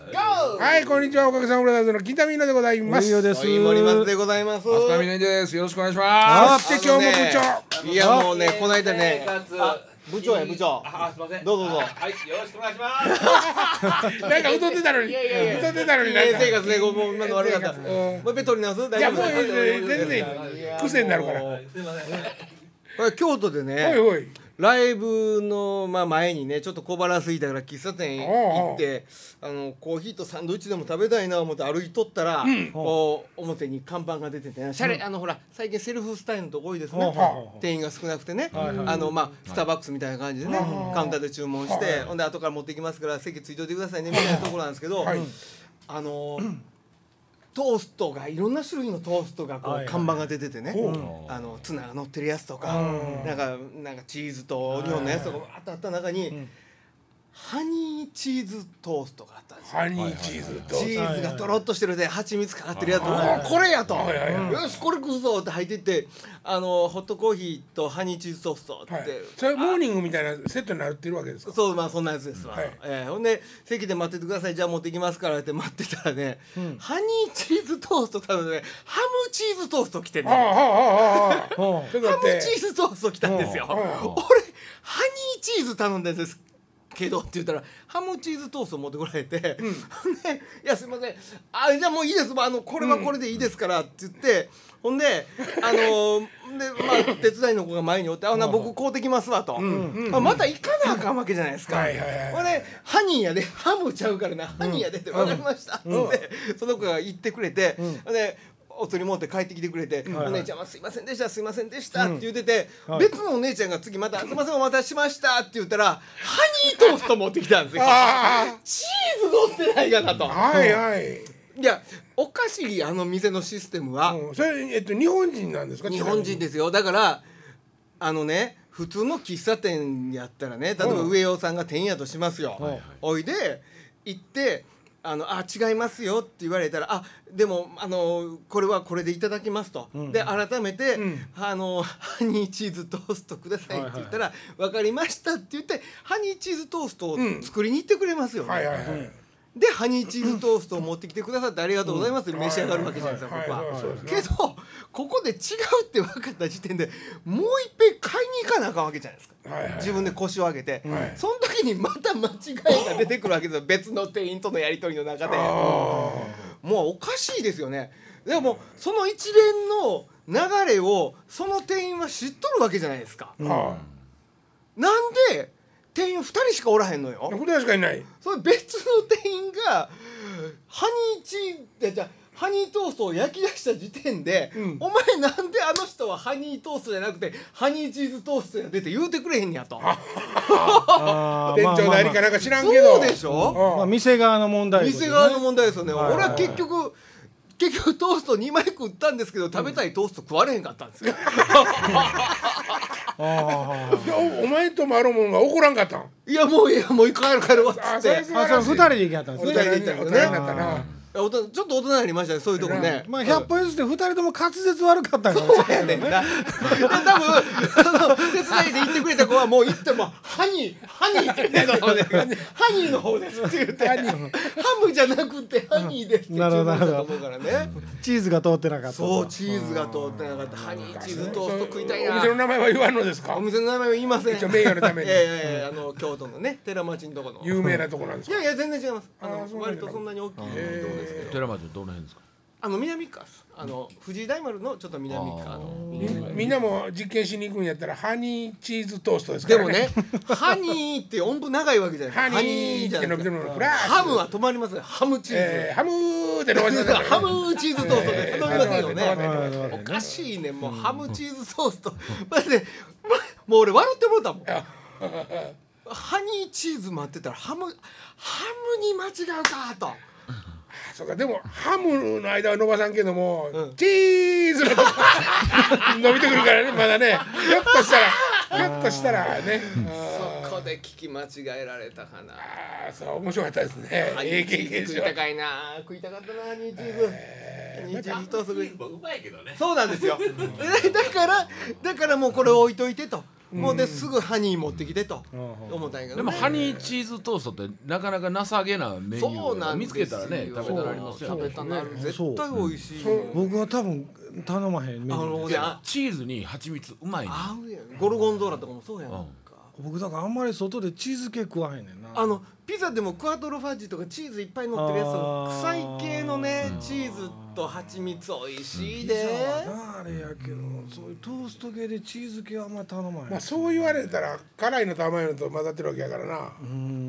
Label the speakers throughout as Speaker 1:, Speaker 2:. Speaker 1: はい、こんにちは。おかげさまブラザーズの金田みんなでございま
Speaker 2: 無
Speaker 1: す。
Speaker 2: 料です。
Speaker 3: はい、森松でございます。
Speaker 4: 深見ねです。よろしくお願いしま
Speaker 1: そ
Speaker 4: す。
Speaker 1: して今日も部長。
Speaker 3: 長。いや、もうね、この間ね。あ部長や、部長。
Speaker 5: あ、すみません。
Speaker 3: どうぞどうぞ
Speaker 5: はい、よろしくお願いします。
Speaker 1: なんか歌ってたのに、
Speaker 5: いやいやいや
Speaker 1: 歌ってたのになん
Speaker 3: え
Speaker 1: か。
Speaker 3: 生活ね、ごめん、今の悪かった。も
Speaker 1: う
Speaker 3: うん一回取り直す。
Speaker 1: い
Speaker 3: 大
Speaker 1: や
Speaker 3: 丈
Speaker 1: もう
Speaker 3: 夫。
Speaker 1: いい全然いい癖になるから。お
Speaker 3: もう
Speaker 5: すみません。
Speaker 3: これ京都で
Speaker 1: い
Speaker 3: ね、
Speaker 1: おい。
Speaker 3: ライブの、まあ、前にね、ちょっと小腹すいたから、喫茶店行って。あの、コーヒーとサンドイッチでも食べたいな、思って歩いとったら。こう、表に看板が出ててね、シャレ、あの、ほら、最近セルフスタイルのとこ多いですね。店員が少なくてね、あのまあスターバックスみたいな感じでね、カウンターで注文して、ほんで後から持ってきますから席ついといてくださいねみたいなところなんですけど、
Speaker 1: はい
Speaker 3: あのートーストがいろんな種類のトーストがこう、
Speaker 2: はいはい
Speaker 3: 看板が出ててね、あのツナが乗ってるやつとか、なんかなんかチーズと日本のやつとかあったあった中に、ハニーチーズトーストがあったんですよ。
Speaker 1: ハニーチーズと。
Speaker 3: チーズがとろっとしてるで蜂蜜かかってるやつ、おーこれやと、よしこれ食うぞって入ってってあのホットコーヒーとハニーチーズソーストって、
Speaker 1: はい。それモーニングみたいなセットになってるわけですか。
Speaker 3: そうまあそんなやつですわ、
Speaker 1: はい
Speaker 3: えーほんで席で待っててくださいじゃあ持ってきますからって待ってたらね、ハニーチーズトースト頼んでねハムチーズトースト来て
Speaker 1: ああ
Speaker 3: ね
Speaker 1: ああああ。ちょ
Speaker 2: う
Speaker 1: っ
Speaker 3: ハ
Speaker 1: と待っ
Speaker 3: ム
Speaker 1: て。
Speaker 3: チーズトースト来たんですよ、
Speaker 1: うんうん
Speaker 3: 俺ハニーチーズ頼んだんですけどって言ったらハムチーズトースト持ってこられて、ほんで「いやすいませんあじゃあもういいですあのこれはこれでいいですから」って言って、ほんであのでまあ手伝いの子が前におって「あな僕買うてきますわ」と、あまた行かなあかんわけじゃないですか。
Speaker 1: はいはいはい
Speaker 3: ほんで「ハニーやでハムちゃうからなハニーやで」って「分かりました」って言ってその子が言ってくれて、ほんでお釣り持って帰ってきてくれて、お姉ちゃんは「すいませんでしたすいませんでした」って言ってて、別のお姉ちゃんが次また「すいませんお待たせしました」って言ったらハニートースト持ってきたんですよ
Speaker 1: あ
Speaker 3: チーズ乗ってないかなと
Speaker 1: あ。はいはい。
Speaker 3: いやおかしいあの店のシステムは、
Speaker 1: うんそれえっと日本人なんですか。
Speaker 3: 日本人
Speaker 1: で。
Speaker 3: ですよだからあのね普通の喫茶店やったらね例えば上尾さんが店員やとしますよ、おいで行ってあのあ違いますよって言われたらあでもあのこれはこれでいただきますと、で改めて、あのハニーチーズトーストくださいって言ったら、分かりましたって言ってハニーチーズトーストを作りに行ってくれますよ、ね
Speaker 1: はいはいはい。
Speaker 3: でハニーチーズトーストを持ってきてくださってありがとうございますって召し上がるわけじゃないですか
Speaker 1: はい
Speaker 3: 僕
Speaker 1: はいはいそう
Speaker 3: は
Speaker 1: で。
Speaker 3: けどここで違うって分かった時点でもう一遍買いに行かなあかんわけじゃないですか。
Speaker 1: はいはい。
Speaker 3: 自分で腰を上げて、
Speaker 1: はい
Speaker 3: その時にまた間違いが出てくるわ けですよ別の店員とのやり取りの中でもうおかしいですよねでもその一連の流れをその店員は知っとるわけじゃないですか、
Speaker 1: は
Speaker 3: なんで店員2人しかおらへんのよ
Speaker 1: あ。普段しかいない。
Speaker 3: それ別の店員がハニーチーズじゃハニートーストを焼き出した時点で、お前なんであの人はハニートーストじゃなくてハニーチーズトーストやでって言うてくれへんねやと
Speaker 2: あー
Speaker 1: 店
Speaker 2: まあ
Speaker 1: 長
Speaker 2: まあ
Speaker 1: 代理かなんか知らん
Speaker 3: そ
Speaker 1: け
Speaker 3: う
Speaker 1: ど。
Speaker 3: でしょ、
Speaker 2: まあ店側の問題ですね。
Speaker 3: 店側の問題ですよね、
Speaker 2: はい
Speaker 3: 俺は結局結局トースト2枚食ったんですけど食べたいトースト食われへんかったんですよ、
Speaker 2: あー
Speaker 1: でおお前とマロモンが怒らんかったん。
Speaker 3: いやもういやもう帰る帰るわっつ
Speaker 1: あ
Speaker 3: っ
Speaker 1: それ
Speaker 3: て
Speaker 1: 素
Speaker 2: あ
Speaker 1: 晴
Speaker 2: それ
Speaker 1: らしい。
Speaker 2: 二人で行きはったんです
Speaker 1: 二
Speaker 3: 二
Speaker 2: ね。
Speaker 1: 人
Speaker 3: 人
Speaker 1: で
Speaker 3: で行
Speaker 1: 行っ
Speaker 3: ったた
Speaker 1: ん
Speaker 3: ん
Speaker 1: で
Speaker 3: ですすね
Speaker 1: ね。大人になったな。
Speaker 3: 大人ちょっと大人になりましたねそういうとこね、
Speaker 2: まあ百歩譲って二人とも滑舌悪かったんです
Speaker 3: そうやねんな。で多分その手伝いで行ってくれた子はもう行ってもハニーハニーって言ってたのでハニーの方ですって言ってハムじゃなくてハニーですって注文したと思うからね。
Speaker 2: チーズが通ってなかった。
Speaker 3: そうチーズが通ってなかったハニーチーズトースト食いたい
Speaker 1: お店の
Speaker 3: な。
Speaker 1: 名前は言わんのですか
Speaker 3: お。店の名前は言いません。
Speaker 1: 一応名誉のために
Speaker 3: いやいやいやあの京都のね寺町のとこの。い
Speaker 1: 有名なとこなんですか。
Speaker 3: やいや全然違います。あ
Speaker 1: あーそう
Speaker 3: の
Speaker 1: なん
Speaker 3: 割
Speaker 1: だ
Speaker 3: とそんなに大きいとこですけど。
Speaker 4: 寺町のどの辺ですか。
Speaker 3: あの南かあの藤井大丸のちょっと南かの。
Speaker 1: みんなも実験しに行くんやったらハニーチーズトーストですか
Speaker 3: で
Speaker 1: ら
Speaker 3: もね、ハニーって音符長いわけじゃないです
Speaker 1: ハ
Speaker 3: か。
Speaker 1: ニー
Speaker 3: じ
Speaker 1: っ
Speaker 3: ゃ
Speaker 1: て
Speaker 3: な
Speaker 1: 伸
Speaker 3: いで
Speaker 1: び
Speaker 3: す
Speaker 1: てる
Speaker 3: か
Speaker 1: のフラッシュ
Speaker 3: ハムは止まりますね。ハムチーズ。
Speaker 1: えーハムーって伸ばしてた
Speaker 3: ハムチーズトーストで頼みますよ
Speaker 1: えー
Speaker 3: ね。
Speaker 2: はいはい
Speaker 3: おかしいね、もうハムチーズソースと。まずね、まもう俺笑ってもうたもん。ハニーチーズ待ってたらハムハムに間違うかと。
Speaker 1: そうかでもハムの間は伸ばさんけども、
Speaker 3: うん
Speaker 1: チーズのとこ伸びてくるからねまだねひょっ としたらひょっとしたらね
Speaker 3: そこで聞き間違えられたかな。
Speaker 1: ああそう面白かったですね
Speaker 3: ハニ
Speaker 1: ええ
Speaker 3: ーチ
Speaker 1: 経
Speaker 3: ー
Speaker 1: 験
Speaker 3: ズ
Speaker 1: し
Speaker 3: 食
Speaker 1: よ
Speaker 3: いうたかいな。食いたかったなハニーチーズ。ハニーチーズトースト食い。
Speaker 5: うまいけどね。
Speaker 3: そうなんですよ。だからだからもうこれを置いといてと。もうですぐハニー持ってきてと
Speaker 2: うん
Speaker 3: 思ったんやけどね、
Speaker 4: でもハニーチーズトーストってなかなかなさげなメニュ
Speaker 3: そうな
Speaker 4: ー
Speaker 3: ん
Speaker 4: 見
Speaker 3: です
Speaker 4: つ
Speaker 3: よ
Speaker 4: けたらね食べたらありますよ
Speaker 3: 食べ
Speaker 4: ね
Speaker 3: たらある絶対美味しい
Speaker 1: そう
Speaker 2: 僕は多分頼まへんメ
Speaker 3: あ
Speaker 2: ニュー
Speaker 3: のねあ
Speaker 4: チーズに蜂蜜うまいね
Speaker 3: 合うやんゴルゴンゾーラとかもそうやんか
Speaker 2: 僕だからあんまり外でチーズ系食わへんねんな
Speaker 3: あのピザでもクワトロファッジとかチーズいっぱい乗ってるやつ
Speaker 2: あ
Speaker 3: 臭い
Speaker 2: ー
Speaker 3: 系のねチーズと蜂蜜美味しい
Speaker 2: ピザ
Speaker 3: で
Speaker 2: はなあれやけどそういうトースト系でチーズ系はあんまり頼まへん、
Speaker 1: まあそう言われたら辛いのと甘いのと混ざってるわけやからな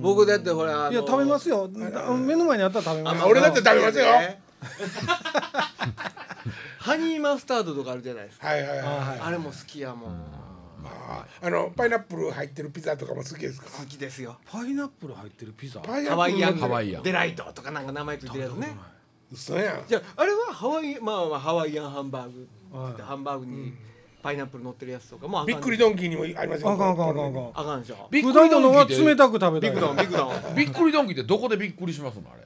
Speaker 3: 僕だってほらあの
Speaker 2: いや食べますよあ目の前にあったら食べま
Speaker 3: あ
Speaker 2: す
Speaker 3: の
Speaker 2: よ
Speaker 1: 俺だって食べますよ
Speaker 3: ハニーマスタードとかあるじゃないですか
Speaker 1: はいはいはい
Speaker 2: あはい
Speaker 3: あれも好きやもん
Speaker 1: あーあのパイナップル入ってるピザとかも好きですか
Speaker 3: 好きですよ
Speaker 2: パイナップル入ってるピザ
Speaker 1: パイナ
Speaker 3: ハワイア
Speaker 1: ップル
Speaker 3: ン
Speaker 4: ハワイアン
Speaker 3: デライトとかなんか名前ついてるやつね
Speaker 1: 嘘やん
Speaker 3: じゃああれはハワイまあまあハワイアンハンバーグ
Speaker 2: はい
Speaker 3: ハンバーグにパイナップル乗ってるやつとかもうあかん
Speaker 1: びっくりドンキーにもありますよ
Speaker 2: あかんあかんあかんあ
Speaker 3: あかんでしょ
Speaker 4: びっく
Speaker 2: か
Speaker 4: り
Speaker 2: ん果
Speaker 4: ド
Speaker 2: 物
Speaker 4: ン
Speaker 2: は
Speaker 4: キって
Speaker 2: 冷たく食べた
Speaker 3: ビ
Speaker 2: い
Speaker 3: ッグドンビッグドン
Speaker 4: びっくりドンキってどこでびっくりしますのあれ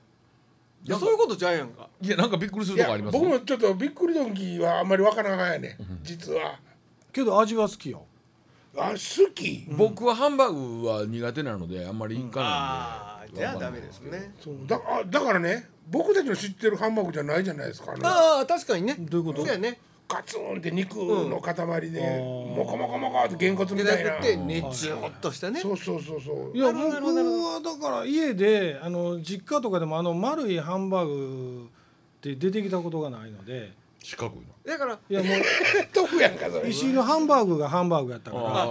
Speaker 3: いやそういうことじゃんやんか
Speaker 4: いやなんかびっくりする
Speaker 1: い
Speaker 4: とこあ
Speaker 1: や
Speaker 4: ります
Speaker 1: 僕もちょっとびっくりドンキーはあんまりわからないやね実は
Speaker 2: けど味は好きよ
Speaker 1: あ好き
Speaker 4: 僕はハンバーグは苦手なのであんまりいか
Speaker 3: ああじゃあダメですね
Speaker 1: そうだあだからね僕たちの知ってるハンバーグじゃないじゃないですかあの
Speaker 3: ああ確かにね
Speaker 2: どういうこと
Speaker 3: そうやね
Speaker 1: ガツンって肉の塊で、モコモコモコってげんこつみ
Speaker 3: で
Speaker 1: た
Speaker 3: ない
Speaker 1: な
Speaker 3: くてねちょっとしたね
Speaker 1: そうそうそうそう
Speaker 2: いや
Speaker 3: な
Speaker 2: 僕
Speaker 3: るほどなるほど
Speaker 2: はだから家であの実家とかでもあの丸いハンバーグって出てきたことがないので
Speaker 4: 四角いの
Speaker 3: だから
Speaker 2: いやも う
Speaker 1: 豆腐やんかそれ
Speaker 2: 石井のハンバーグがハンバーグやったか
Speaker 4: あ
Speaker 3: あ
Speaker 2: ら
Speaker 3: ー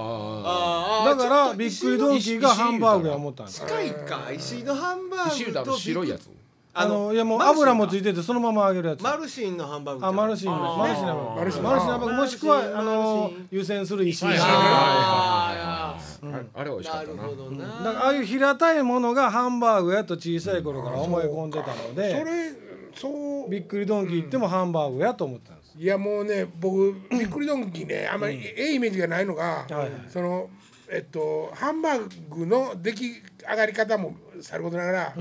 Speaker 3: あー
Speaker 2: だから
Speaker 3: ちょっと
Speaker 2: びっくりドンキーが
Speaker 4: 石井
Speaker 2: ハンバーグや思ったんですよ
Speaker 3: 近いか石井のハンバ
Speaker 4: あ石
Speaker 3: ーグ
Speaker 4: 油
Speaker 3: と
Speaker 4: の白いやつ
Speaker 2: あのいやもう
Speaker 3: マルシンか
Speaker 2: 油もついててそのまま揚げるやつ
Speaker 3: マルシンのハンバーグじゃ
Speaker 2: あ
Speaker 3: ん
Speaker 2: マルシン
Speaker 3: あー
Speaker 2: マルシンの
Speaker 1: マルシン
Speaker 2: マルシンのハンバーグもしく
Speaker 3: マルシン
Speaker 2: はあの
Speaker 3: マルシン
Speaker 2: 優先する石井
Speaker 4: はい
Speaker 2: だ
Speaker 4: は
Speaker 2: か
Speaker 3: あ
Speaker 4: いはいはいあれは美味し
Speaker 3: ー
Speaker 4: か
Speaker 3: な
Speaker 4: っ
Speaker 3: る
Speaker 4: たな
Speaker 3: ほどな
Speaker 2: らああいう平たいものがハンバーグやと小さい頃から思い込んでたの
Speaker 1: そ
Speaker 2: で
Speaker 1: れそう
Speaker 2: びっくりドンキー行ってもハンバーグやと思ってたんです
Speaker 1: いやもうね僕びっくりドンキーねあんまりええイメージがないのが、
Speaker 2: はいはい
Speaker 1: そのえっとハンバーグの出来上がり方もさることながら、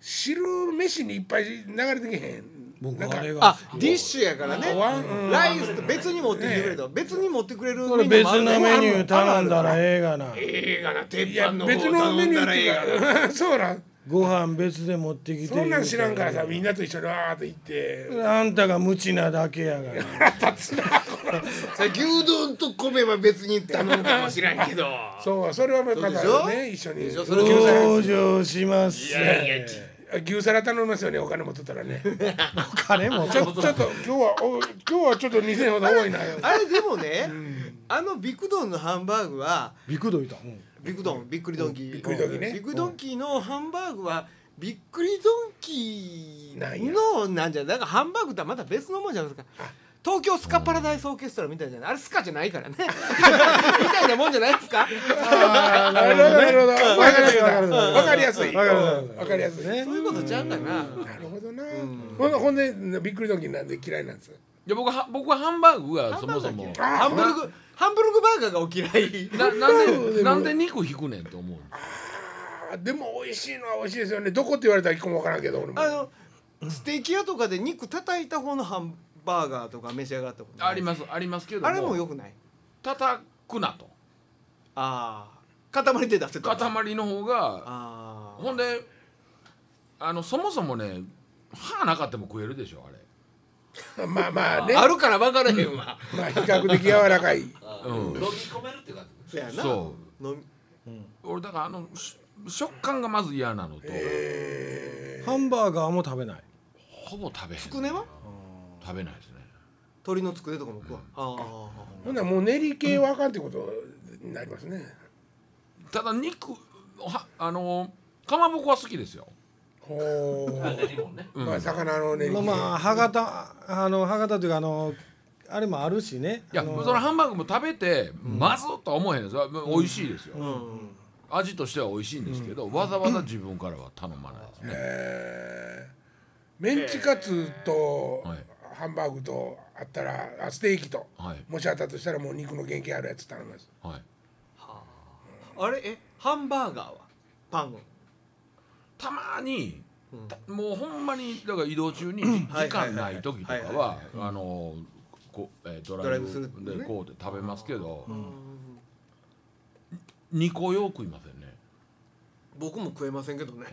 Speaker 1: 汁飯にいっぱい流れてけへん
Speaker 2: 僕
Speaker 1: なんか
Speaker 2: あれが
Speaker 3: あディッシュやからね
Speaker 1: ワンうん
Speaker 3: ライスと別に持ってきてくれた別に持ってくれる
Speaker 2: これ別のメニュー頼んだら
Speaker 3: え
Speaker 2: ええがな
Speaker 3: えがな鉄
Speaker 1: いや
Speaker 3: 板の方
Speaker 1: 別のメ
Speaker 3: 頼ん
Speaker 1: ニュ
Speaker 3: だらええ
Speaker 1: ー
Speaker 3: が
Speaker 1: っていうか そうなん
Speaker 2: ご飯別で持ってきて
Speaker 1: そんなん知らんからさみんなと一緒にわーって行って
Speaker 2: あんたが無知なだけやがな
Speaker 3: な牛丼と米は別に頼むかもしれんけど
Speaker 1: そうそれはま
Speaker 3: そう
Speaker 1: た
Speaker 3: でしょ
Speaker 1: ね一緒に
Speaker 3: でしょそれ
Speaker 1: 牛皿
Speaker 2: 登場します
Speaker 1: 牛皿頼みますよねお金も取った らね
Speaker 2: 金も
Speaker 1: ちょちょっと今日はお今日はちょっと2000ほど多いな
Speaker 3: あれでもねあのビクドンのハンバーグは
Speaker 2: びくどいた、うん
Speaker 3: ビクドンビックリドンキービッ
Speaker 1: クリドンキーね
Speaker 3: ビックリドンキーのハンバーグはビックリドンキ
Speaker 1: なん
Speaker 3: ー
Speaker 1: や
Speaker 3: のなんじゃないなんかハンバーグとはまた別のもんじゃないですか東京スカパラダイスオーケストラみたいじゃないあれスカじゃないからね みたいなもんじゃないですか
Speaker 1: あなるほどなるほどわかりやすい
Speaker 2: う
Speaker 1: わかりやすい
Speaker 2: んわかりやすい
Speaker 1: わかりやすい
Speaker 2: ね
Speaker 3: そういうことちゃうかな
Speaker 1: なるほどなほんでほんでびっくりドンキーなんで嫌いなんです
Speaker 4: いや僕は僕はハンバーグがそもそも
Speaker 1: あ
Speaker 3: ハンブルグハンブルグバーガーがお嫌い
Speaker 4: な なんでなんで肉引くねんと思う
Speaker 1: あーでも美味しいのは美味しいですよねどこって言われたら一個もわからんけど俺も
Speaker 3: あのステーキ屋とかで肉叩いた方のハンバーガーとか召し上がったことない
Speaker 4: ありますありますけども
Speaker 3: あれもよくない
Speaker 4: 叩くなと
Speaker 3: ああ塊で出せた
Speaker 4: 塊の方が
Speaker 3: ああ
Speaker 4: ほんであのそもそもね歯なかっても食えるでしょあれ
Speaker 1: まあまあね
Speaker 3: あるから分からへんわ。
Speaker 1: まあ比較的柔らかい
Speaker 4: うん
Speaker 5: 飲み込めるって感じ
Speaker 3: そやな。
Speaker 4: そ
Speaker 3: 飲み
Speaker 4: う俺だからあのし食感がまず嫌なのと
Speaker 2: ハンバーガーも食べない
Speaker 4: ほぼ食べへん
Speaker 3: つくねは
Speaker 4: 食べないですね
Speaker 3: 鶏のつくねとかも食わん。あ
Speaker 1: ほんならもう練り系はあかんってことになりますね
Speaker 4: ただ肉はあのかまぼこは好きですよ
Speaker 1: ほう
Speaker 5: でもね
Speaker 1: まあ魚の練り
Speaker 2: まあ
Speaker 1: 系
Speaker 2: まあ歯型あの歯型というかあのあれもあるしね
Speaker 4: いや
Speaker 2: あ
Speaker 4: そ
Speaker 2: の
Speaker 4: のハンバーグも食べてまずっとは思えへんですよ美味しいですよ
Speaker 3: あ。うん。
Speaker 4: 味としては美味しいんですけどわざわざ自分からは頼まないですね
Speaker 1: えーメンチカツと
Speaker 4: はい
Speaker 1: ハンバーグとあったらあステーキと、
Speaker 4: はい
Speaker 1: もしあったとしたらもう肉の原型あるやつ頼みます
Speaker 4: はい
Speaker 3: あれえハンバーガーはパン。
Speaker 4: たまに
Speaker 3: うん
Speaker 4: たもうほんまにだから移動中にじ
Speaker 3: はい
Speaker 4: 時間ない時とか
Speaker 3: はいはいは
Speaker 4: はあのこえード
Speaker 3: ドラ
Speaker 4: ラ
Speaker 3: イ
Speaker 4: イ
Speaker 3: ブする
Speaker 4: ブでこうで食べますけど2個よう食いませんね
Speaker 3: 僕も食えませんけどね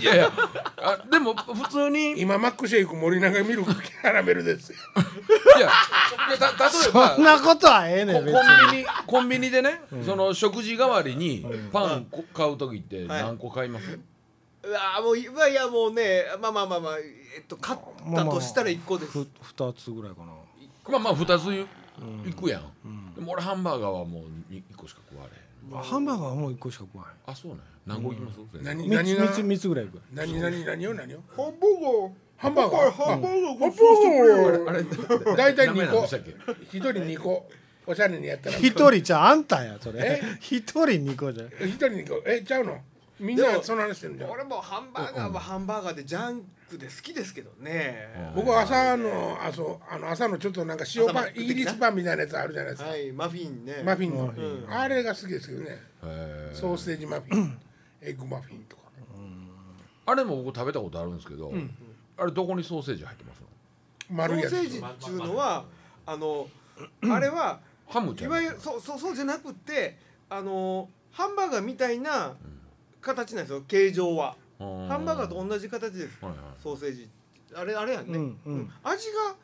Speaker 4: いやいやあでも普通にい
Speaker 1: 今マックシェイク森永ミルクキャラメルです よ
Speaker 4: やいやた例えば
Speaker 2: そんなことはええね
Speaker 4: コ
Speaker 2: ん
Speaker 4: ン
Speaker 2: 別
Speaker 4: ビ
Speaker 2: に
Speaker 4: ニコンビニでね、その食事代わりにパンこ買う時って
Speaker 3: はい
Speaker 4: 何個買います、
Speaker 3: うわあもういやいやもうねまあまあまあまあえっと勝ったとしたら一個です、
Speaker 2: ふ二つぐらいかな
Speaker 4: まあまあ2ついいくやん、でも俺ハンバーガーはもう1個しか食われへん
Speaker 2: ハンバーガーはもう一個しか食わ
Speaker 4: あそうね何個いきます、先生
Speaker 1: 何
Speaker 2: へん三
Speaker 1: 何
Speaker 2: つ
Speaker 1: が
Speaker 2: 三つ三つぐらい食う
Speaker 1: 何何何を何を
Speaker 3: ハンバー
Speaker 1: ハンバーガーハンバーガーハンバーガー大体
Speaker 4: 名
Speaker 1: 2
Speaker 4: 前何
Speaker 1: 個
Speaker 4: でしたっけ
Speaker 1: 一人2個おしゃれにやったら
Speaker 2: 一人じゃあんたやそれ
Speaker 1: え
Speaker 2: 一人二個じゃ
Speaker 1: 一人2個えちゃうのみん
Speaker 3: で
Speaker 1: な
Speaker 3: も
Speaker 1: その話してるんじゃん
Speaker 3: 俺もハンバーガーはハンバーガーでジャンクで好きですけどね、
Speaker 1: 僕は朝のあそうあの朝のちょっとなんか塩パン
Speaker 3: 朝マック的な
Speaker 1: イギリスパンみたいなやつあるじゃないですか、
Speaker 3: はいマフィンね
Speaker 1: マフィンの、
Speaker 3: うん
Speaker 1: あれが好きですけどね
Speaker 4: へー
Speaker 1: ソーセージマフィンエッグマフィンとか
Speaker 4: あれも僕食べたことあるんですけど、あれどこにソーセージ入ってますの
Speaker 1: 丸いやつ
Speaker 3: ソーセージっていうのはあのあれは
Speaker 4: ハムち
Speaker 3: い
Speaker 4: ゃ
Speaker 3: わゆ
Speaker 4: う
Speaker 3: るそうそうそうじゃなくてあのハンバーガーみたいな形なんですよ形状はハ
Speaker 4: ハ
Speaker 3: ンバーガーと同じ形です
Speaker 4: はいはい
Speaker 3: ソーセージあれあれやんね、
Speaker 2: うんうん
Speaker 3: 味が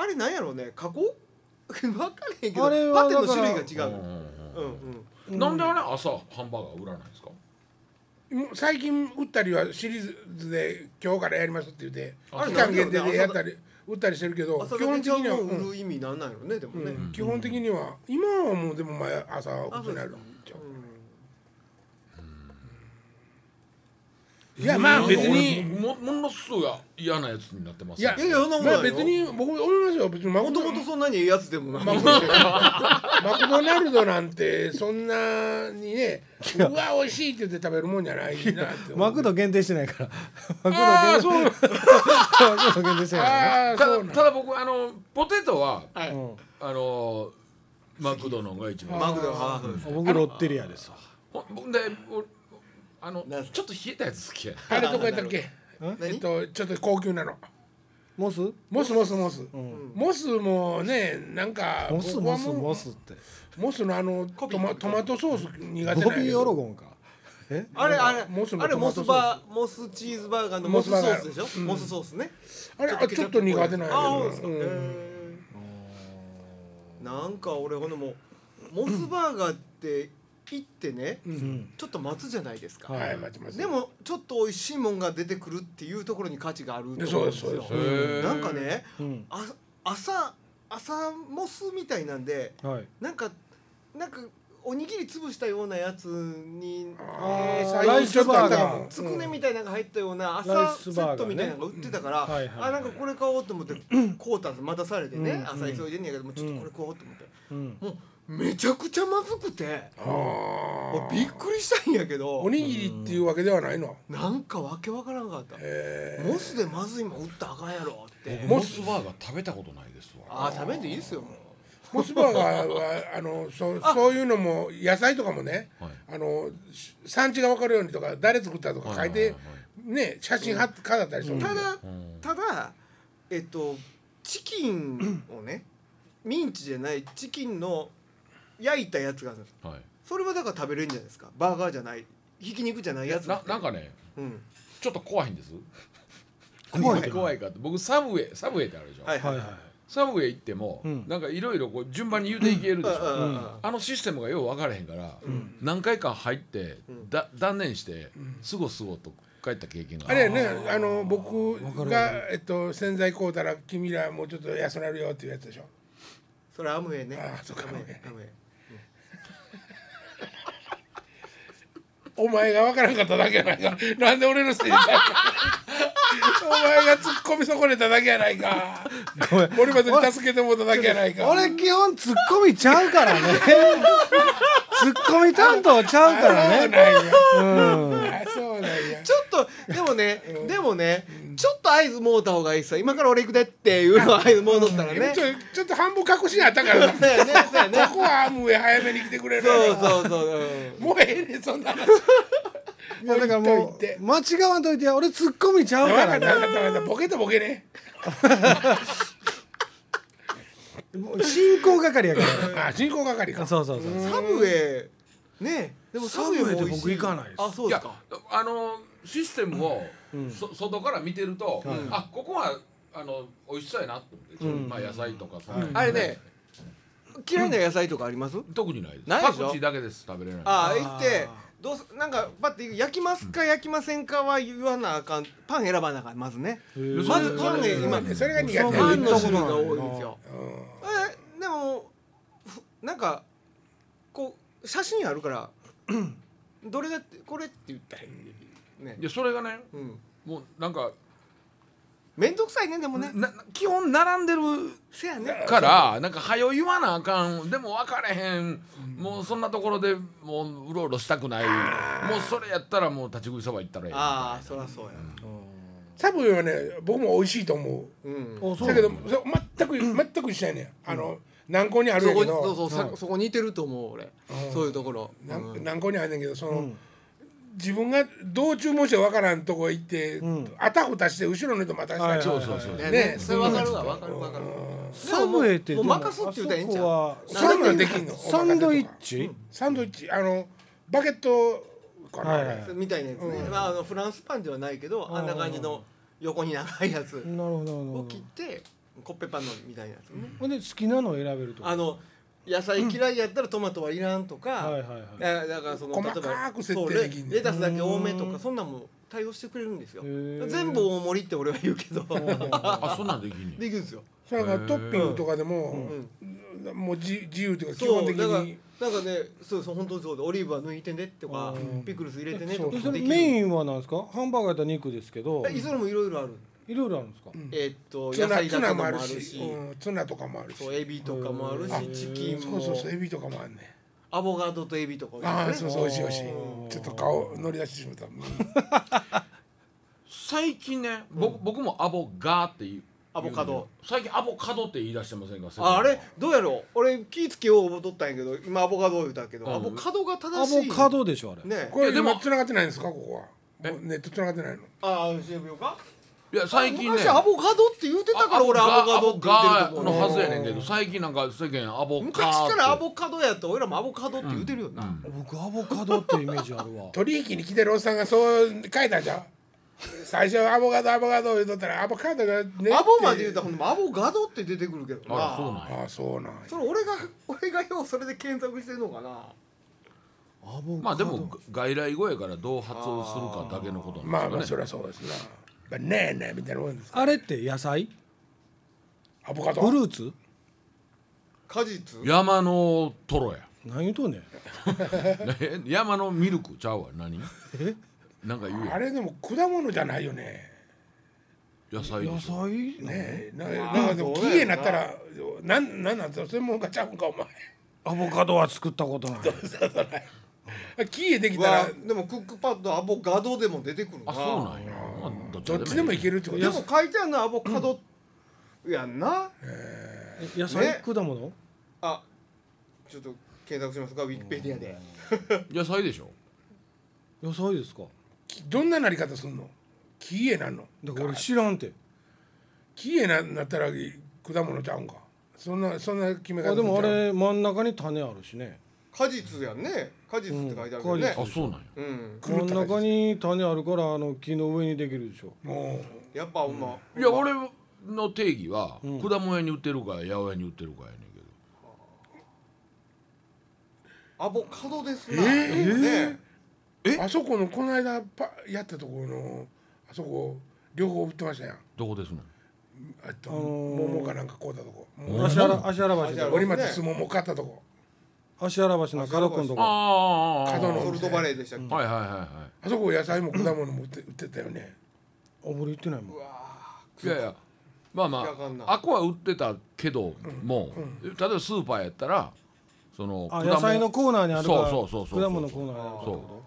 Speaker 3: あれなんやろうね加工 分かれへんけど
Speaker 2: あれは
Speaker 3: パテの
Speaker 2: だから
Speaker 3: 種類が違う、うんうん
Speaker 4: うんなんであれ朝ハンバーガー売らないんですか
Speaker 1: もう最近打ったりはシリーズで今日からやりますって言って
Speaker 4: あ
Speaker 1: 期間限定
Speaker 3: なん
Speaker 1: で
Speaker 3: で
Speaker 1: やったり打ったりしてるけど
Speaker 3: 朝
Speaker 1: 基
Speaker 3: だけ
Speaker 1: 本的
Speaker 3: ちゃう
Speaker 1: には、
Speaker 3: の
Speaker 1: う
Speaker 3: 売
Speaker 1: ん
Speaker 3: る意味なんなんやろねでもね、
Speaker 1: うん基本的には今はもうでも前朝打ってなるいやまあ別に
Speaker 4: 俺ももものすごい嫌なやつになってます
Speaker 1: いや
Speaker 3: いやいやそんなことない
Speaker 1: ま
Speaker 3: よ
Speaker 1: あ別に僕思いますよ別にマ
Speaker 3: も
Speaker 1: ク
Speaker 3: と
Speaker 1: ド
Speaker 3: もとそんなにええやつでもない、
Speaker 1: マクドナルドなんてそんなにねうわ美味しいって言って食べるもんじゃないなって思
Speaker 2: マ
Speaker 1: う
Speaker 2: クド限定してないか
Speaker 1: あ
Speaker 2: ら
Speaker 1: あ
Speaker 2: マクド限
Speaker 1: そう
Speaker 2: 定 マクド限定してないからね
Speaker 1: ああ
Speaker 4: た
Speaker 1: そ
Speaker 4: だ
Speaker 1: うなん
Speaker 4: ただ僕あのポテトは
Speaker 3: はい
Speaker 2: うん
Speaker 4: あのマクドのが一番
Speaker 3: マクドハーフです
Speaker 2: 僕ロッテリアですわ
Speaker 4: ほんでおあの
Speaker 3: なんすか
Speaker 4: ちょっと冷えたやつ好きや
Speaker 1: あれどこやったっけえっ
Speaker 3: 何
Speaker 1: とちょっと高級なの
Speaker 2: モス
Speaker 1: モスモスモス、モスもねなんか
Speaker 2: モス
Speaker 1: 僕は
Speaker 2: モス
Speaker 1: もう
Speaker 2: モスって
Speaker 1: モスのあの
Speaker 3: コピー
Speaker 1: トマトマトソース苦手なんやけど
Speaker 2: ボビーオロゴンかえ
Speaker 3: あれあれ
Speaker 1: モスの
Speaker 3: あれ
Speaker 1: トマ
Speaker 3: モス
Speaker 1: トソース
Speaker 3: バーモスチーズバーガーのモスソースでしょモス,、ソースね
Speaker 1: あれあちょっと苦手なんやけ
Speaker 3: ああ
Speaker 1: ど
Speaker 3: そうですか、へーなんか俺ほんでもモスバーガーって行ってね、
Speaker 2: ん
Speaker 3: ちょっと待つじゃないですか、
Speaker 1: はい待ちます
Speaker 3: でもちょっと美味しいもんが出てくるっていうところに価値があると思うんです
Speaker 1: そう
Speaker 3: よ
Speaker 1: です
Speaker 4: そうです
Speaker 3: なんかね、
Speaker 2: うん
Speaker 3: あ朝朝モスみたいなんで
Speaker 2: はい
Speaker 3: なんかなんかおにぎり潰したようなやつに
Speaker 1: あ
Speaker 3: え
Speaker 1: ー
Speaker 3: ー
Speaker 1: 最
Speaker 2: ラ
Speaker 1: 近
Speaker 2: イス
Speaker 1: ちょっとあったか
Speaker 2: バーガ
Speaker 1: も
Speaker 2: ー
Speaker 3: つくねみたいなのが入ったような
Speaker 2: ライ
Speaker 3: 朝セ
Speaker 2: スバ
Speaker 3: ッ
Speaker 2: ーガーね
Speaker 3: トみたいなのが売ってたから、
Speaker 2: うんはいはい
Speaker 3: あなんかこれ買おうと思ってこうたんです待たされてね、朝急いでんねやけどもうちょっとこれ買おうと思って、
Speaker 2: うん
Speaker 3: もうめちゃくちゃまずくて
Speaker 1: あ
Speaker 3: もうびっくりしたんやけ
Speaker 1: あ
Speaker 3: ど
Speaker 1: おにぎりっていうわけではないの
Speaker 3: なんかわけわからんかった、
Speaker 1: え
Speaker 3: モスでまずいもん売ったらあかんやろって
Speaker 4: モスバーガー食べたことないですわ
Speaker 3: ああ食べんでいいですよもう
Speaker 1: ーモスバーガーはあのそうそういうのも野菜とかもね、
Speaker 4: はい
Speaker 1: あのし産地が分かるようにとか誰作ったとか書いて、
Speaker 4: はいはい
Speaker 1: ね写真貼って飾ったりするんで
Speaker 3: ただただえっとチキンをねミンチじゃないチキンの焼いたやつがあるんです
Speaker 4: はい
Speaker 3: それはだから食べれるんじゃないですかバーガーじゃないひき肉じゃないやつ
Speaker 4: ななんかね
Speaker 3: うん
Speaker 4: ちょっと怖いんです
Speaker 2: 怖いって
Speaker 4: 怖いかって僕サブウェイサブウェイってあるでしょ、
Speaker 3: はい
Speaker 2: は
Speaker 3: はいい
Speaker 2: はい
Speaker 4: サブウェイ行っても、
Speaker 2: うん
Speaker 4: なんかいろいろこう順番に言うていけるでしょ、
Speaker 3: うんうんうん
Speaker 4: あのシステムがよう分からへんから、何回か入って、だ断念して、すごすごと帰った経験が
Speaker 1: あれやねあの僕が、えっと、洗剤買うたら君らもうちょっと安なるよっていうやつでしょ
Speaker 3: それアムウェイね
Speaker 1: あーそうか
Speaker 3: アムウェイアムウェイ
Speaker 1: お前が分からんかっただけやないか なんで俺のせいだ お前が突っ込み損ねただけやないか
Speaker 2: ごめん
Speaker 1: 森松に助けてもらっただけやないか
Speaker 2: 俺基本ツッコミちゃうからね ツッコミ担当ちゃうからね
Speaker 1: そう
Speaker 2: うん
Speaker 1: なんやあそうなんや
Speaker 3: ちょっとでもね、でもね、ちょっと合図もうた方がいいさ今から俺行くでっていうのを合図もうとったらね、
Speaker 1: ちょちょっと半分隠しあったからなこ
Speaker 3: そうやねそうやね
Speaker 1: こはもう早めに来てくれる
Speaker 3: そうそうそう、うん
Speaker 1: もうええねんそんな話
Speaker 2: いやだからも
Speaker 1: 置いといて
Speaker 2: う間違わんといてや俺ツッコミちゃう
Speaker 1: 分
Speaker 2: か
Speaker 1: かった
Speaker 2: ら
Speaker 1: 分
Speaker 2: ね
Speaker 1: かった分かったボケとボケね
Speaker 2: もう進行係やか
Speaker 1: あ進行係から
Speaker 2: そうそうそう
Speaker 3: サブウェイねでも
Speaker 2: サブウェイで
Speaker 3: 美味し
Speaker 2: 僕行かないです
Speaker 3: あそう
Speaker 4: い
Speaker 3: で
Speaker 4: や
Speaker 3: すか
Speaker 4: あのシステムを、そ外から見てると、あここはあの美味しそうやなと思って、まあ野菜とかその、
Speaker 3: あれね嫌いな野菜とかあります
Speaker 4: 特にないです
Speaker 3: ないでしょ
Speaker 4: パクチーだけです食べれない
Speaker 3: ああ
Speaker 2: ー
Speaker 3: 行ってどうすなんかパッて焼きますか焼きませんかは言わなあかんパン選ばなあかんまずね
Speaker 2: ー
Speaker 3: まずパンね
Speaker 1: それ
Speaker 3: 今
Speaker 1: はねそれが苦手
Speaker 2: そう
Speaker 3: パ
Speaker 1: や
Speaker 3: ン
Speaker 1: ね
Speaker 3: の種類が多いんですよ
Speaker 1: うん
Speaker 3: えでもふなんかこう写真あるから どれだってこれって言ったらいいね
Speaker 4: いやそれがね
Speaker 3: うん
Speaker 4: もうなんか、
Speaker 3: 面倒くさいねでもね
Speaker 4: な基本並んでる
Speaker 3: せやね
Speaker 4: からなんか早う言わなあかんでも分かれへん、もうそんなところでもううろうろしたくないもうそれやったらもう立ち食いそば行ったらええ
Speaker 3: ああそりゃそうや
Speaker 1: サブウェイはね僕も美味しいと思う
Speaker 3: うん
Speaker 2: あそう
Speaker 1: だけどそう全く全く一緒やねんあの南港にあるん
Speaker 3: そ
Speaker 1: や
Speaker 3: こ
Speaker 1: け
Speaker 3: にそうそ
Speaker 1: ど
Speaker 3: うさそこ似てると思う俺そういうところ
Speaker 1: な
Speaker 3: うん
Speaker 1: 南港にあるんやけどその自分がどう注文してわからんとこ行って
Speaker 2: ん
Speaker 1: あたふたして後ろの人待たせたり
Speaker 2: はい
Speaker 4: そうそうそう、
Speaker 3: ね
Speaker 1: ね
Speaker 3: それわかるわわかるわかる
Speaker 2: サブウェイって
Speaker 3: もう
Speaker 2: でも
Speaker 3: 任すって言うたらええんちゃう
Speaker 2: あそこ
Speaker 1: そ
Speaker 2: は
Speaker 1: ういうのできんの
Speaker 2: サンドイッチ
Speaker 1: サンドイッチあのバケットかな、
Speaker 2: はいはい
Speaker 3: みたいなやつね、まあ、あのフランスパンではないけどあんな感じの横に長いやつ
Speaker 2: なるほどなる
Speaker 3: を
Speaker 2: ほ
Speaker 3: 切っ
Speaker 2: ど
Speaker 3: てコッペパンのみたいなやつね、
Speaker 2: ほんで好きなのを選べると
Speaker 3: あの野菜嫌いやったらトマトはいらんとか、
Speaker 2: はいはいはい
Speaker 3: だだからその
Speaker 1: 細かく設定できんね
Speaker 3: そうレレタスだけ多めとかそんなんも対応してくれるんですよ
Speaker 2: へー
Speaker 3: 全部大盛りって俺は言うけど
Speaker 4: あそんなんできんねん
Speaker 3: できるんですよ
Speaker 1: それからトッピングとかでも、もう自自由というか基本
Speaker 3: そう
Speaker 1: 的
Speaker 3: だから
Speaker 1: に
Speaker 3: なんかねそうそう本当にそうでオリーブは抜いてねとかピクルス入れてねと
Speaker 2: で
Speaker 3: か
Speaker 2: それ
Speaker 3: でき
Speaker 2: メイ
Speaker 3: る
Speaker 2: ンは何ですかハンバーガーやったら肉ですけど
Speaker 3: いずれもいろいろある、
Speaker 2: いろいろあるんですか
Speaker 3: えーっと
Speaker 1: ツ
Speaker 3: 野
Speaker 1: ナ
Speaker 3: 菜
Speaker 1: ツ
Speaker 3: だけ
Speaker 1: ナ
Speaker 3: の
Speaker 1: も
Speaker 3: も
Speaker 1: あ
Speaker 3: あ
Speaker 1: る
Speaker 3: る
Speaker 1: し、
Speaker 3: し
Speaker 1: うん、ツナとかもあるし
Speaker 3: そうエビとかもある
Speaker 1: あ
Speaker 3: しチキン
Speaker 1: そう
Speaker 3: も
Speaker 1: そうそうエビとかもあるね
Speaker 3: アボカドとエビとかも
Speaker 1: あ
Speaker 3: る
Speaker 1: あそうそう美味しい美味しい
Speaker 2: うん
Speaker 1: ちょっと顔乗り出してしまっ た
Speaker 4: 最近ね、僕僕もアボガーって言う
Speaker 3: アボカド
Speaker 4: 言うね最近アボカドって言い出してませんか
Speaker 3: ああれどうやろう俺気付けよう思っとったんやけど今アボカド言うたけど、
Speaker 4: うん
Speaker 3: アボカドが
Speaker 2: ア
Speaker 3: 正しい
Speaker 2: ボカドでしょあれ
Speaker 3: ね
Speaker 1: これ
Speaker 4: で
Speaker 1: で
Speaker 4: も
Speaker 1: も繋がってないんですかここは
Speaker 4: え
Speaker 1: ネット繋がってないの
Speaker 3: ああ教えようか
Speaker 4: いや最近ね
Speaker 3: 昔アボカドって言うてたから俺アボカドって言ってると
Speaker 4: アボガーの
Speaker 3: 思
Speaker 4: は
Speaker 3: う
Speaker 4: ず
Speaker 3: ね
Speaker 4: やねんけど最近なんか世間アボカーって
Speaker 3: 昔からアボカドやと俺らもアボカドって言うてるよな、
Speaker 2: 僕アボカドってイメージあるわ
Speaker 1: 取引に来てるおっさんがそう書いたじゃん最初アボカドアボカド言うとったらアボカドがねって
Speaker 3: アボまで言うたらほんまアボガドって出てくるけどな
Speaker 4: あそうなんや
Speaker 1: ああそうなんや
Speaker 3: それ俺が俺がようそれで検索してんのかな
Speaker 2: アボカド
Speaker 4: まあでも外来語やからどう発音するかだけのこと
Speaker 1: ま
Speaker 4: な
Speaker 1: あ
Speaker 4: ん
Speaker 1: ま
Speaker 4: で
Speaker 1: あ
Speaker 4: す
Speaker 1: そ
Speaker 4: かね
Speaker 1: りゃそうですなバナナみたいなもんです
Speaker 2: あれって野菜
Speaker 1: アボカド
Speaker 2: フルーツ
Speaker 3: 果実
Speaker 4: 山のトロや
Speaker 2: 何言うとんねん
Speaker 4: え山のミルクちゃうわ何
Speaker 2: え
Speaker 4: なんか言う
Speaker 1: あ
Speaker 4: やん
Speaker 1: れでも果物じゃないよね
Speaker 4: 野菜
Speaker 2: 野
Speaker 4: でし
Speaker 2: 菜
Speaker 4: ょ
Speaker 1: ねえな
Speaker 3: まあ
Speaker 1: なんかでも
Speaker 3: そ
Speaker 1: 綺
Speaker 3: うやろな
Speaker 1: 麗になったらなんなんなんそれもんかちゃうんかお前
Speaker 2: アボカドは作ったことない
Speaker 1: 綺麗でき
Speaker 3: う
Speaker 1: たら
Speaker 3: わでもクックパッドアボガドでも出てくるな
Speaker 4: あそうなんやまあ
Speaker 1: どっちでもいけるってこと
Speaker 3: でも書いてあるのはアボカドやんな、
Speaker 2: 野菜
Speaker 3: ね
Speaker 2: 果物
Speaker 3: あちょっと検索しますかウィキペディアで
Speaker 4: 野菜でしょ
Speaker 2: 野菜ですか
Speaker 1: きどんななり方すんの綺麗なんの
Speaker 2: だから俺知らんて
Speaker 1: 綺麗ななったら果物ちゃうんかそんなそんな決め方
Speaker 2: あでもあ
Speaker 1: ちゃう
Speaker 2: れ真ん中に種あるしね
Speaker 3: 果実やんね果実って書いてあるよ
Speaker 2: うん
Speaker 4: あ
Speaker 3: ね、
Speaker 4: そうなんや
Speaker 3: うん
Speaker 2: 真ん中に種あるからあの木の上にできるでしょ
Speaker 1: も
Speaker 3: やっぱほんま、
Speaker 4: いや俺の定義は果物屋に売ってるか八百屋に売ってるかやねんけど
Speaker 3: アボカドです
Speaker 1: え
Speaker 3: な、
Speaker 1: ー
Speaker 3: ね
Speaker 1: うあそこのこの間パやったところのあそこ両方売ってましたやん
Speaker 4: どこですの
Speaker 1: えっと、
Speaker 2: のー
Speaker 1: 桃かなんかこうたとこ
Speaker 4: うん
Speaker 2: 芦原芦原橋で
Speaker 1: 折松す桃買ったとこ
Speaker 2: 芦原橋の角くんと
Speaker 4: あ
Speaker 2: こ
Speaker 4: ああああ
Speaker 1: 角の
Speaker 3: ソルトバレーでしたっけ、
Speaker 4: はいはいは
Speaker 1: あそこ野菜も果物も売って売ってたよね
Speaker 2: 俺行ってないもん
Speaker 3: うわ
Speaker 4: いはいいやいやまあま
Speaker 3: わかんない
Speaker 4: ああこは売ってたけども例えばスーパーやったらその
Speaker 2: あ
Speaker 4: 果物
Speaker 2: 野菜のコーナーにあるから
Speaker 4: そうそうそうそう
Speaker 2: 果物のコーナーにあるからってこ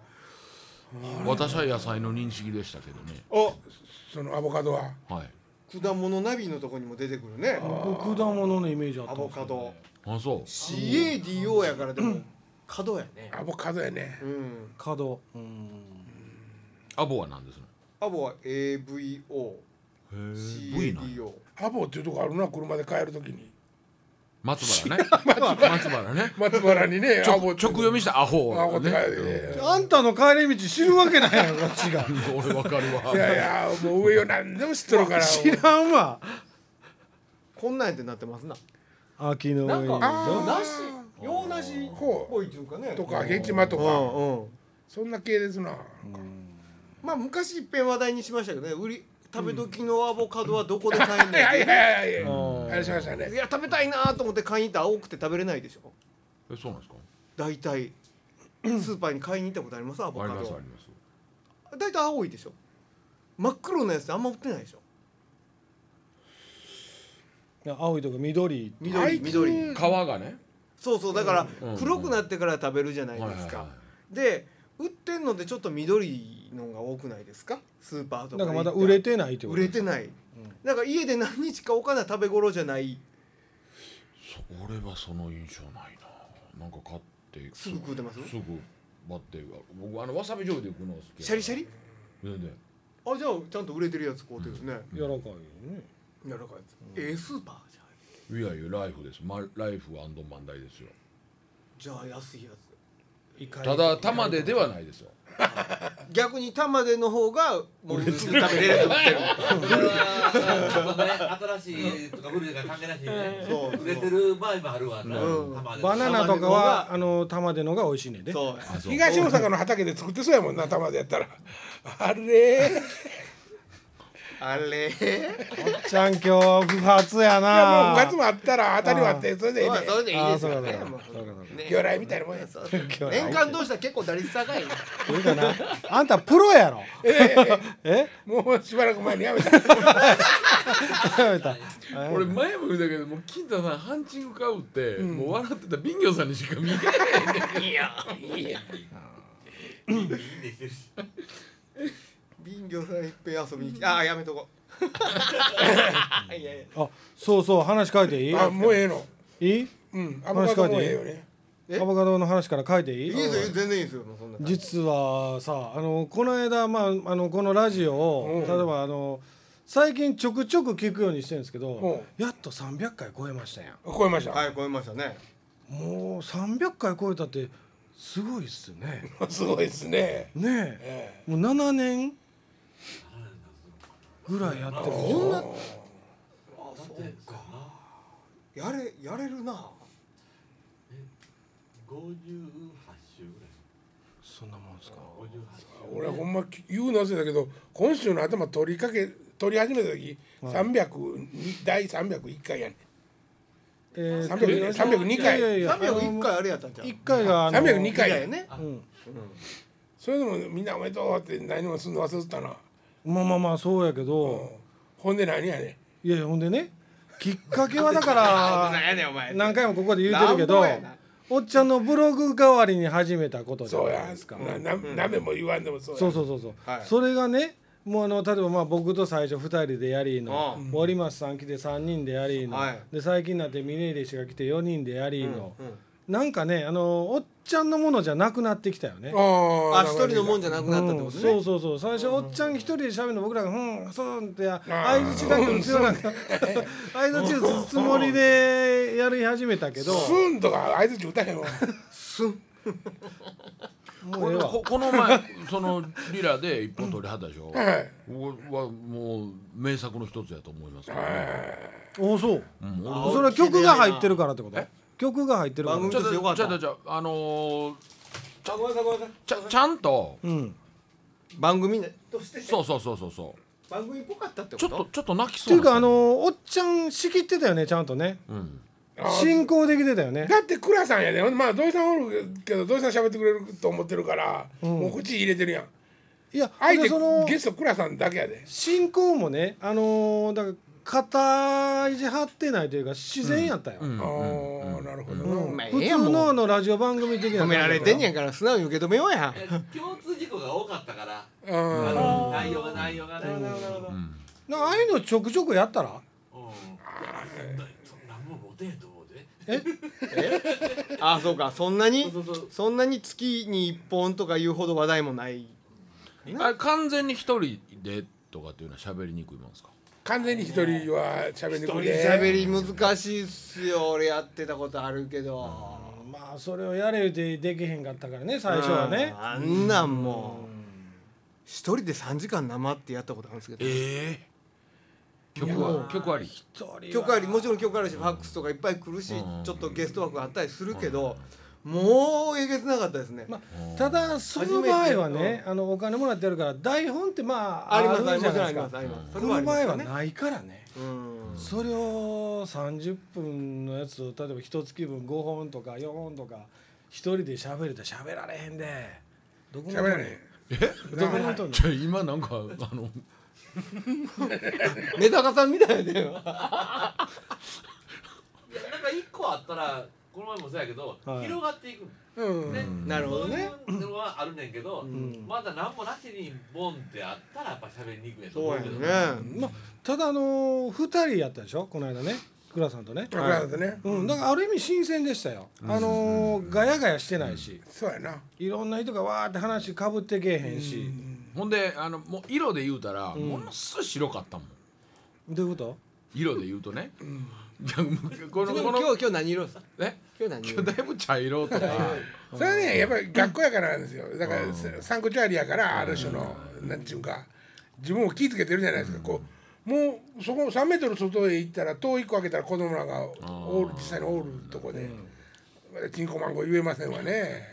Speaker 4: 私は野菜の認識でしたけどね
Speaker 3: ー
Speaker 1: そのアボカドは
Speaker 4: はい
Speaker 3: あ果物ナビのとこにも出てくるね
Speaker 2: と僕果物のイメージあった
Speaker 3: ア
Speaker 2: んで
Speaker 3: ボ
Speaker 2: すけ
Speaker 3: カ
Speaker 2: ど
Speaker 3: ド
Speaker 4: あそう
Speaker 3: CADO やからでもカドやね
Speaker 1: アボカドやね
Speaker 3: うん
Speaker 2: 角うん
Speaker 4: アボは何ですの
Speaker 3: アボは AVOCADO
Speaker 4: V なんや
Speaker 1: アボっていうとこあるな車で帰るときに
Speaker 4: 松原ね松原ね
Speaker 1: 松原にね
Speaker 4: 直
Speaker 1: アホって
Speaker 4: 直読みしたアホ
Speaker 1: アホって書いて
Speaker 4: ね
Speaker 1: ね
Speaker 2: あんたの帰り道知るわけないやろこっ ちが
Speaker 4: 俺わかるわ
Speaker 1: いやいやもう上よ何でも知っとるから
Speaker 2: 知らんわ
Speaker 3: こんなんやってなってますな
Speaker 2: 秋の
Speaker 3: なん
Speaker 2: 上
Speaker 3: か
Speaker 1: あー
Speaker 3: なし洋なし
Speaker 1: ほう
Speaker 3: ぽいっていうかね
Speaker 1: とかヘチマと
Speaker 3: う
Speaker 1: か
Speaker 3: んうん
Speaker 1: そんな系ですな
Speaker 3: まあ昔いっぺん話題にしましたけどね売り食べ時のアボカドはどこで買えん
Speaker 1: い
Speaker 3: の
Speaker 1: やいやいやいや
Speaker 2: うん
Speaker 1: あれしましたね
Speaker 3: いや食べたいなと思って買いに行ったら青くて食べれないでしょ
Speaker 4: えそうなんですか
Speaker 3: 大 体スーパーに買いに行ったことありますアボ
Speaker 4: あ
Speaker 3: カ
Speaker 4: りますあ
Speaker 3: ド
Speaker 4: ります
Speaker 3: 大体青いでしょ真っ黒のやつってあんま売ってないでしょ
Speaker 2: いや青いとか緑
Speaker 1: あい
Speaker 3: 緑
Speaker 1: つ
Speaker 3: 緑
Speaker 4: 皮がね
Speaker 3: そうそうだから
Speaker 4: うん
Speaker 3: 黒くなってから食べるじゃないですか
Speaker 4: はいはいは
Speaker 3: で売ってんのでちょっと緑のが多くないですかスーパーとか
Speaker 2: な
Speaker 3: で
Speaker 2: んか
Speaker 3: 行
Speaker 2: ま
Speaker 3: った
Speaker 2: だ
Speaker 3: ら
Speaker 2: 売れてないってこ
Speaker 3: 売
Speaker 2: と
Speaker 3: れてない、なんか家で何日かおかな食べ頃じゃない
Speaker 4: そ俺はその印象ないななんか買って
Speaker 3: すぐ食うてます
Speaker 4: すぐ待って僕あのわさび醤油で行くのが好きや
Speaker 3: シャリシャリ
Speaker 4: 全然
Speaker 3: あじゃあちゃんと売れてるやつ買うてるね、
Speaker 2: 柔らかいよね
Speaker 3: 柔らかいやつ、ええスーパーじゃん
Speaker 4: いやいやライフです、ま、ライフ万代ですよ
Speaker 3: じゃあ安いやつ
Speaker 4: ただ玉でではないですよ
Speaker 3: 逆に玉での方がもうすぐ食べれるやつ売ってる
Speaker 5: それは僕ね新しいとか古いとか関係なしにね
Speaker 3: そう
Speaker 5: 売れてる場合もあるわな、
Speaker 3: うん
Speaker 5: たまに
Speaker 2: バナナとかはあの玉でのが美味しいねん で
Speaker 3: そう
Speaker 4: そう
Speaker 1: 東大阪の畑で作ってそうやもんな玉でやったらあれ
Speaker 3: あれ
Speaker 2: ちゃん今日不発や
Speaker 1: いやもう
Speaker 2: な
Speaker 1: ガツもあったら当たりはあってそれでええ
Speaker 3: ま
Speaker 1: ね
Speaker 3: あそれでいいですよね
Speaker 2: あーそうか
Speaker 3: もう
Speaker 2: そうかそうかそうか
Speaker 3: ね
Speaker 1: 魚雷みたいなもんや
Speaker 3: そう
Speaker 2: 魚雷
Speaker 3: 年間通したら結構打率高いよ
Speaker 2: いいかなあんたプロやろえ
Speaker 1: もうしばらく前にやめた
Speaker 2: やめた
Speaker 4: 俺前も言うたけどもう金太さんハンチング買うって、もう笑ってたビンギョさんにしか見えへんいや
Speaker 5: いいねしてるし
Speaker 3: 瓶魚さんいっぺん遊びに来てああやめとこういやいや
Speaker 2: あそうそう話変えてい
Speaker 1: あもうええの
Speaker 2: いいい
Speaker 1: うんアボカドもええよね
Speaker 3: え
Speaker 2: アボカドの話から変えて
Speaker 3: い
Speaker 2: い
Speaker 3: い
Speaker 2: い
Speaker 3: ですよ全然いいですよもうそんな
Speaker 2: 実はさあのこの間、まあ、あのこのラジオを例えばあの最近ちょくちょく聞くようにしてるんですけどやっと300回超えましたやん
Speaker 1: 超えました、
Speaker 3: はい超えましたね
Speaker 2: もう300回超えたってすごいっすね
Speaker 1: すごいですね
Speaker 2: ねえもう7年ぐらいやってる
Speaker 3: そんな
Speaker 5: そうかな
Speaker 3: やれやれるな
Speaker 5: 58週ぐらい
Speaker 2: そんなもんですか
Speaker 5: 58
Speaker 1: 俺ほんま言うの忘れたけど今週の頭取りかけ取り始めた時300第301回やね
Speaker 2: えー
Speaker 1: 300 302回
Speaker 2: いやいやいや
Speaker 3: 301回あれやったんじゃん
Speaker 2: 一回があの
Speaker 1: 302回
Speaker 3: だよね
Speaker 2: うん
Speaker 1: それでもみんなおめでとうって何もすんの忘れてたな
Speaker 2: まあまあまあそうやけ
Speaker 1: うん
Speaker 2: ど
Speaker 1: ほんで何やね
Speaker 2: いやいやほんでねきっかけはだから
Speaker 3: 何やねんお前
Speaker 2: 何回もここで言うてるけど
Speaker 3: 乱暴やな
Speaker 2: おっちゃんのブログ代わりに始めたことじゃ
Speaker 1: そう
Speaker 2: ない
Speaker 1: や
Speaker 2: ですか
Speaker 1: なななめも言わんでもそうや
Speaker 2: そうそうそうそう、
Speaker 3: はい
Speaker 2: それがねもうあの例えばまあ僕と最初2人でやりの
Speaker 3: う
Speaker 2: 森松さん来て3人でやりの、
Speaker 3: はい
Speaker 2: で最近になって峰入氏が来て4人でやりの、
Speaker 3: うん
Speaker 2: なんかねあのおっちゃんのものじゃなくなってきたよね。
Speaker 1: あ
Speaker 3: あ一人のもん
Speaker 1: じ
Speaker 3: じゃなくなったってことね、
Speaker 2: うんそうそうそう最初おっちゃん一人で喋るの僕らが「うんそう」って相づちだけ打つ ような相づち打つつもりでやり始めたけど
Speaker 1: スーンとか相づち打たへん わ
Speaker 2: も
Speaker 4: こ
Speaker 2: うええ
Speaker 4: れ
Speaker 2: わ
Speaker 4: ここの前そのリラで一本取りはったでしょ
Speaker 1: はい
Speaker 4: ここはもう名作の一つやと思いますけどね、
Speaker 2: おそう
Speaker 4: うん俺
Speaker 2: それは曲が入ってるからってこと曲が入ってるから
Speaker 3: 番組
Speaker 4: ちょっと
Speaker 3: よかった
Speaker 4: ちょっとちょっとあのー
Speaker 3: あごめんなさいごめんなさ
Speaker 4: ちゃちゃんと
Speaker 2: うん
Speaker 3: い番組ねとして
Speaker 4: そうそうそうそうそ
Speaker 3: 番組っぽかったって
Speaker 4: う
Speaker 3: こ
Speaker 4: ちょ
Speaker 3: と
Speaker 4: っとちょっと泣き
Speaker 2: っ
Speaker 4: そ
Speaker 2: て
Speaker 4: う
Speaker 2: いうかあ
Speaker 4: な
Speaker 2: のおっちゃん仕切ってたよねちゃんとね
Speaker 4: うん
Speaker 1: あー
Speaker 2: 進行できてたよね
Speaker 1: だって倉さんやで、まあ土井さんおるけど土井さん喋ってくれると思ってるから、もうこっち入れてるやん
Speaker 2: いや
Speaker 1: 相
Speaker 2: で
Speaker 1: 手
Speaker 2: その
Speaker 1: ゲスト倉さんだけやで
Speaker 2: 進行もねあのーだから肩いじ張ってないというか自然やったよ、
Speaker 1: ああなるほどな、
Speaker 3: まあえ
Speaker 2: 普
Speaker 3: えやん
Speaker 2: 通
Speaker 3: も
Speaker 2: の
Speaker 3: う
Speaker 2: あのラジオ番組的な
Speaker 3: 褒
Speaker 2: 感じ
Speaker 3: めら
Speaker 2: だから
Speaker 3: れてんやから素直に受け止めようや
Speaker 5: え共通事項が多かったから
Speaker 1: うん
Speaker 5: あの内容が内容がねうん
Speaker 2: なああいうのちょくちょくやったら
Speaker 5: そんなもんモテんと思うで
Speaker 3: あそうかそんなに
Speaker 5: そうそうそう
Speaker 3: そんなに月に1本とかいうほど話題もない
Speaker 4: あれ完全に一人でとかっていうのは喋りにくいもんですか
Speaker 1: 完全に一人は喋んでくれ
Speaker 3: 喋り難しいっすよ俺やってたことあるけど
Speaker 2: まあそれをやれってできへんかったからね最初はね
Speaker 3: うんあんなんもう一人で3時間生ってやったことあるんですけど
Speaker 4: ええ曲は曲あり
Speaker 2: 一人は
Speaker 3: 曲ありもちろん曲あるしファックスとかいっぱい来るしちょっとゲスト枠があったりするけどもうえげつなかったですね
Speaker 2: まあ、ただその場合はねあのお金もらってやるから台本ってまあ
Speaker 3: ありますあ
Speaker 2: る
Speaker 3: り
Speaker 2: じゃ
Speaker 3: ます
Speaker 2: な
Speaker 3: ありま
Speaker 2: いで
Speaker 3: すす
Speaker 2: か
Speaker 3: ありますそ
Speaker 2: こ
Speaker 3: れはあ
Speaker 2: の
Speaker 3: り
Speaker 2: 場
Speaker 3: ま
Speaker 2: 合
Speaker 3: す
Speaker 2: は
Speaker 3: よね
Speaker 2: ないからね
Speaker 3: うん
Speaker 2: それを30分のやつを例えば一月分5本とか4本とか一人で喋ると喋られへんでどこも
Speaker 1: 喋られへん
Speaker 2: どこもとんねん
Speaker 4: ちょ今なんかあの
Speaker 3: メダカさんみたいだよ
Speaker 5: いやなんか一個あったらこの前もそうやけど、
Speaker 2: はい
Speaker 5: 広がっていくの
Speaker 1: うん
Speaker 5: ね、
Speaker 3: なるほどね
Speaker 5: そういうのはあるねんけど、
Speaker 2: ん
Speaker 5: まだ何もなしにボンってあったらやっぱ喋りにくいと
Speaker 3: そう
Speaker 5: 思
Speaker 3: や
Speaker 5: けど
Speaker 3: ね
Speaker 2: まあ、ただあのー、2人やったでしょこの間ね倉さんとね、
Speaker 1: だからだね
Speaker 2: うん、だからある意味新鮮でしたよ、あのー、ガヤガヤしてないし、
Speaker 1: そうやない
Speaker 2: ろんな人がわーって話かぶってけえへんし、
Speaker 4: ほんであのもう色で言うたら、ものすごい白かったもん
Speaker 2: どういうこと
Speaker 4: 色で言うとね、いやもうこの
Speaker 3: 今日
Speaker 4: こ
Speaker 3: 今
Speaker 4: の
Speaker 3: 日今日何色ですか
Speaker 4: え
Speaker 3: 今日何
Speaker 4: 今
Speaker 3: 色
Speaker 4: 日だいぶ茶色とか
Speaker 1: それはねやっぱり学校やからなんですよだからサンコチャーリやからある種のなんちゅうか自分を気ぃつけてるじゃないですかこうもうそこ3メートル外へ行ったら遠い個開けたら子供らがおる実際におるとこで金庫マンゴ言えませんわね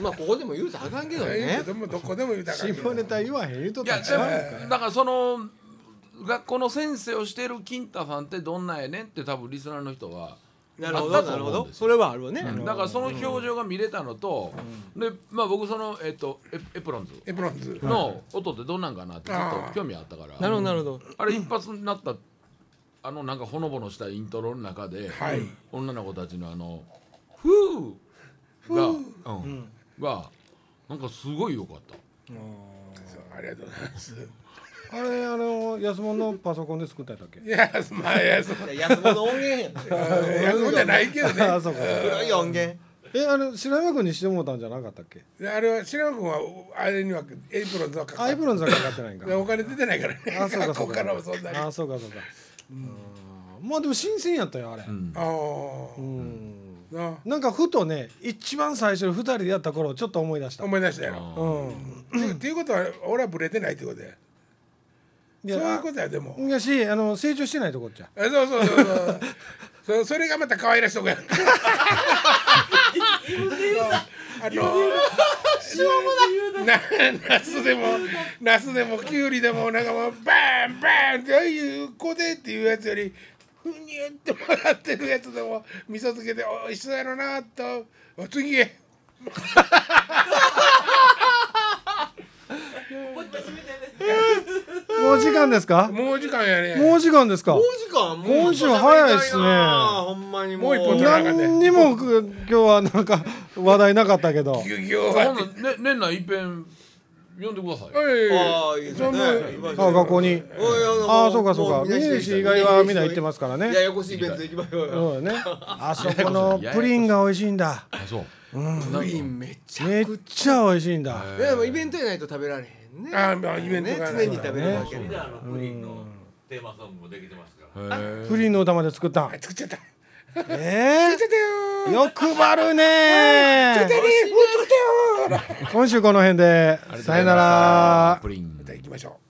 Speaker 3: まあここでも言うとあかんけど
Speaker 1: え
Speaker 3: ね
Speaker 1: えどこどこでも言うたから
Speaker 2: 下ネタ言わへん言うとっ
Speaker 4: い
Speaker 2: た
Speaker 4: や
Speaker 2: ん
Speaker 4: で
Speaker 2: ちゃう
Speaker 4: もだからその学校の先生をしてる金太さんってどんなんやねんって多分リスナーの人は
Speaker 3: なるほ
Speaker 4: あ
Speaker 3: ど
Speaker 4: った
Speaker 3: な
Speaker 4: と
Speaker 3: る
Speaker 4: 思
Speaker 3: ほ
Speaker 4: うん
Speaker 3: ど
Speaker 4: です
Speaker 3: それはあるわね
Speaker 4: だからその表情が見れたのと、でまあ僕そのえっとエエプロンズ
Speaker 1: エプロンズ
Speaker 4: の音ってどんなんかなってずっ
Speaker 1: あ
Speaker 4: と
Speaker 1: ー
Speaker 4: 興味あったから
Speaker 3: なるほどなるほど
Speaker 4: あれ一発になったあのなんかほのぼのしたイントロの中で、
Speaker 1: はい
Speaker 4: 女の子たちのあの「ふう」が、うん、がなんかすごい良かった。
Speaker 1: そうありがとうございます
Speaker 2: あれあの安物のパソコンで作ったんだっけ
Speaker 1: いやまあいやそう
Speaker 3: いや安物音源やん
Speaker 1: そうじゃないけどね
Speaker 2: あそうか
Speaker 3: 古い音源
Speaker 2: えあれ白山君にしてもうたんじゃなかったっけ
Speaker 1: あれは白山君はあれにはエプロンズはかか
Speaker 2: アイブロンズはかかってないんか
Speaker 1: でお金出てないからね
Speaker 2: あそうかそ
Speaker 1: 学
Speaker 2: う
Speaker 1: 校
Speaker 2: か
Speaker 1: からもそんなにあ
Speaker 2: あそうかそうかうんまあでも新鮮やったよあれ
Speaker 1: あー
Speaker 2: うん
Speaker 1: な
Speaker 2: なんかふとね一番最初に2人でやった頃をちょっと思い出した
Speaker 1: 思い出したやろ
Speaker 2: うん
Speaker 1: ってっていうことは俺はブレてないってことや
Speaker 2: い
Speaker 1: そういう
Speaker 2: や
Speaker 1: ことやでも
Speaker 2: いやしあの成長してないとこっちゃ
Speaker 1: あそうそうそうそうそそれがまた可愛らしいとこ やあのなナスでもナスでもキュウリでもなんかもうバンバンってああいう子でっていうやつよりふにゅって曲がってるやつでも味噌漬けでおいしそうやろなとお次へ
Speaker 2: もう時間ですか
Speaker 1: もう時間やね
Speaker 2: もう時間ですか
Speaker 3: もう時間もう
Speaker 2: 今週早いっすね
Speaker 3: ほんまにもう
Speaker 1: もう一本取ら
Speaker 2: 何にもく今日はなんか話題なかったけど
Speaker 1: ギュギュ終わ
Speaker 4: 今
Speaker 1: って
Speaker 4: 度ね年内一遍呼んでください。
Speaker 1: おい
Speaker 3: ああいいですね
Speaker 1: そんな
Speaker 2: あ学校にああそうかそうか
Speaker 3: 峰
Speaker 2: 峰岸以外は皆行ってますからね
Speaker 3: ややこしいイベント行きましょうよ
Speaker 2: そうだねあそこのプリンが美味しいんだ
Speaker 4: あそう。
Speaker 3: プリンめっちゃ
Speaker 2: めっちゃ美味しいんだ
Speaker 3: いやでもイベントやないと食べられへんね
Speaker 1: あーまあイベント
Speaker 3: ね
Speaker 1: が
Speaker 3: 常に食べれるわけ
Speaker 5: リーダーのプリンのテーマソングもできてますから、
Speaker 2: プリンの歌まで作ったん
Speaker 1: あ作っちゃった
Speaker 2: え
Speaker 1: 出てよ
Speaker 2: え欲張るね
Speaker 1: 出てねもう作ったよ
Speaker 2: 今週この辺でさよなら
Speaker 4: プリン
Speaker 1: ま。た行きましょう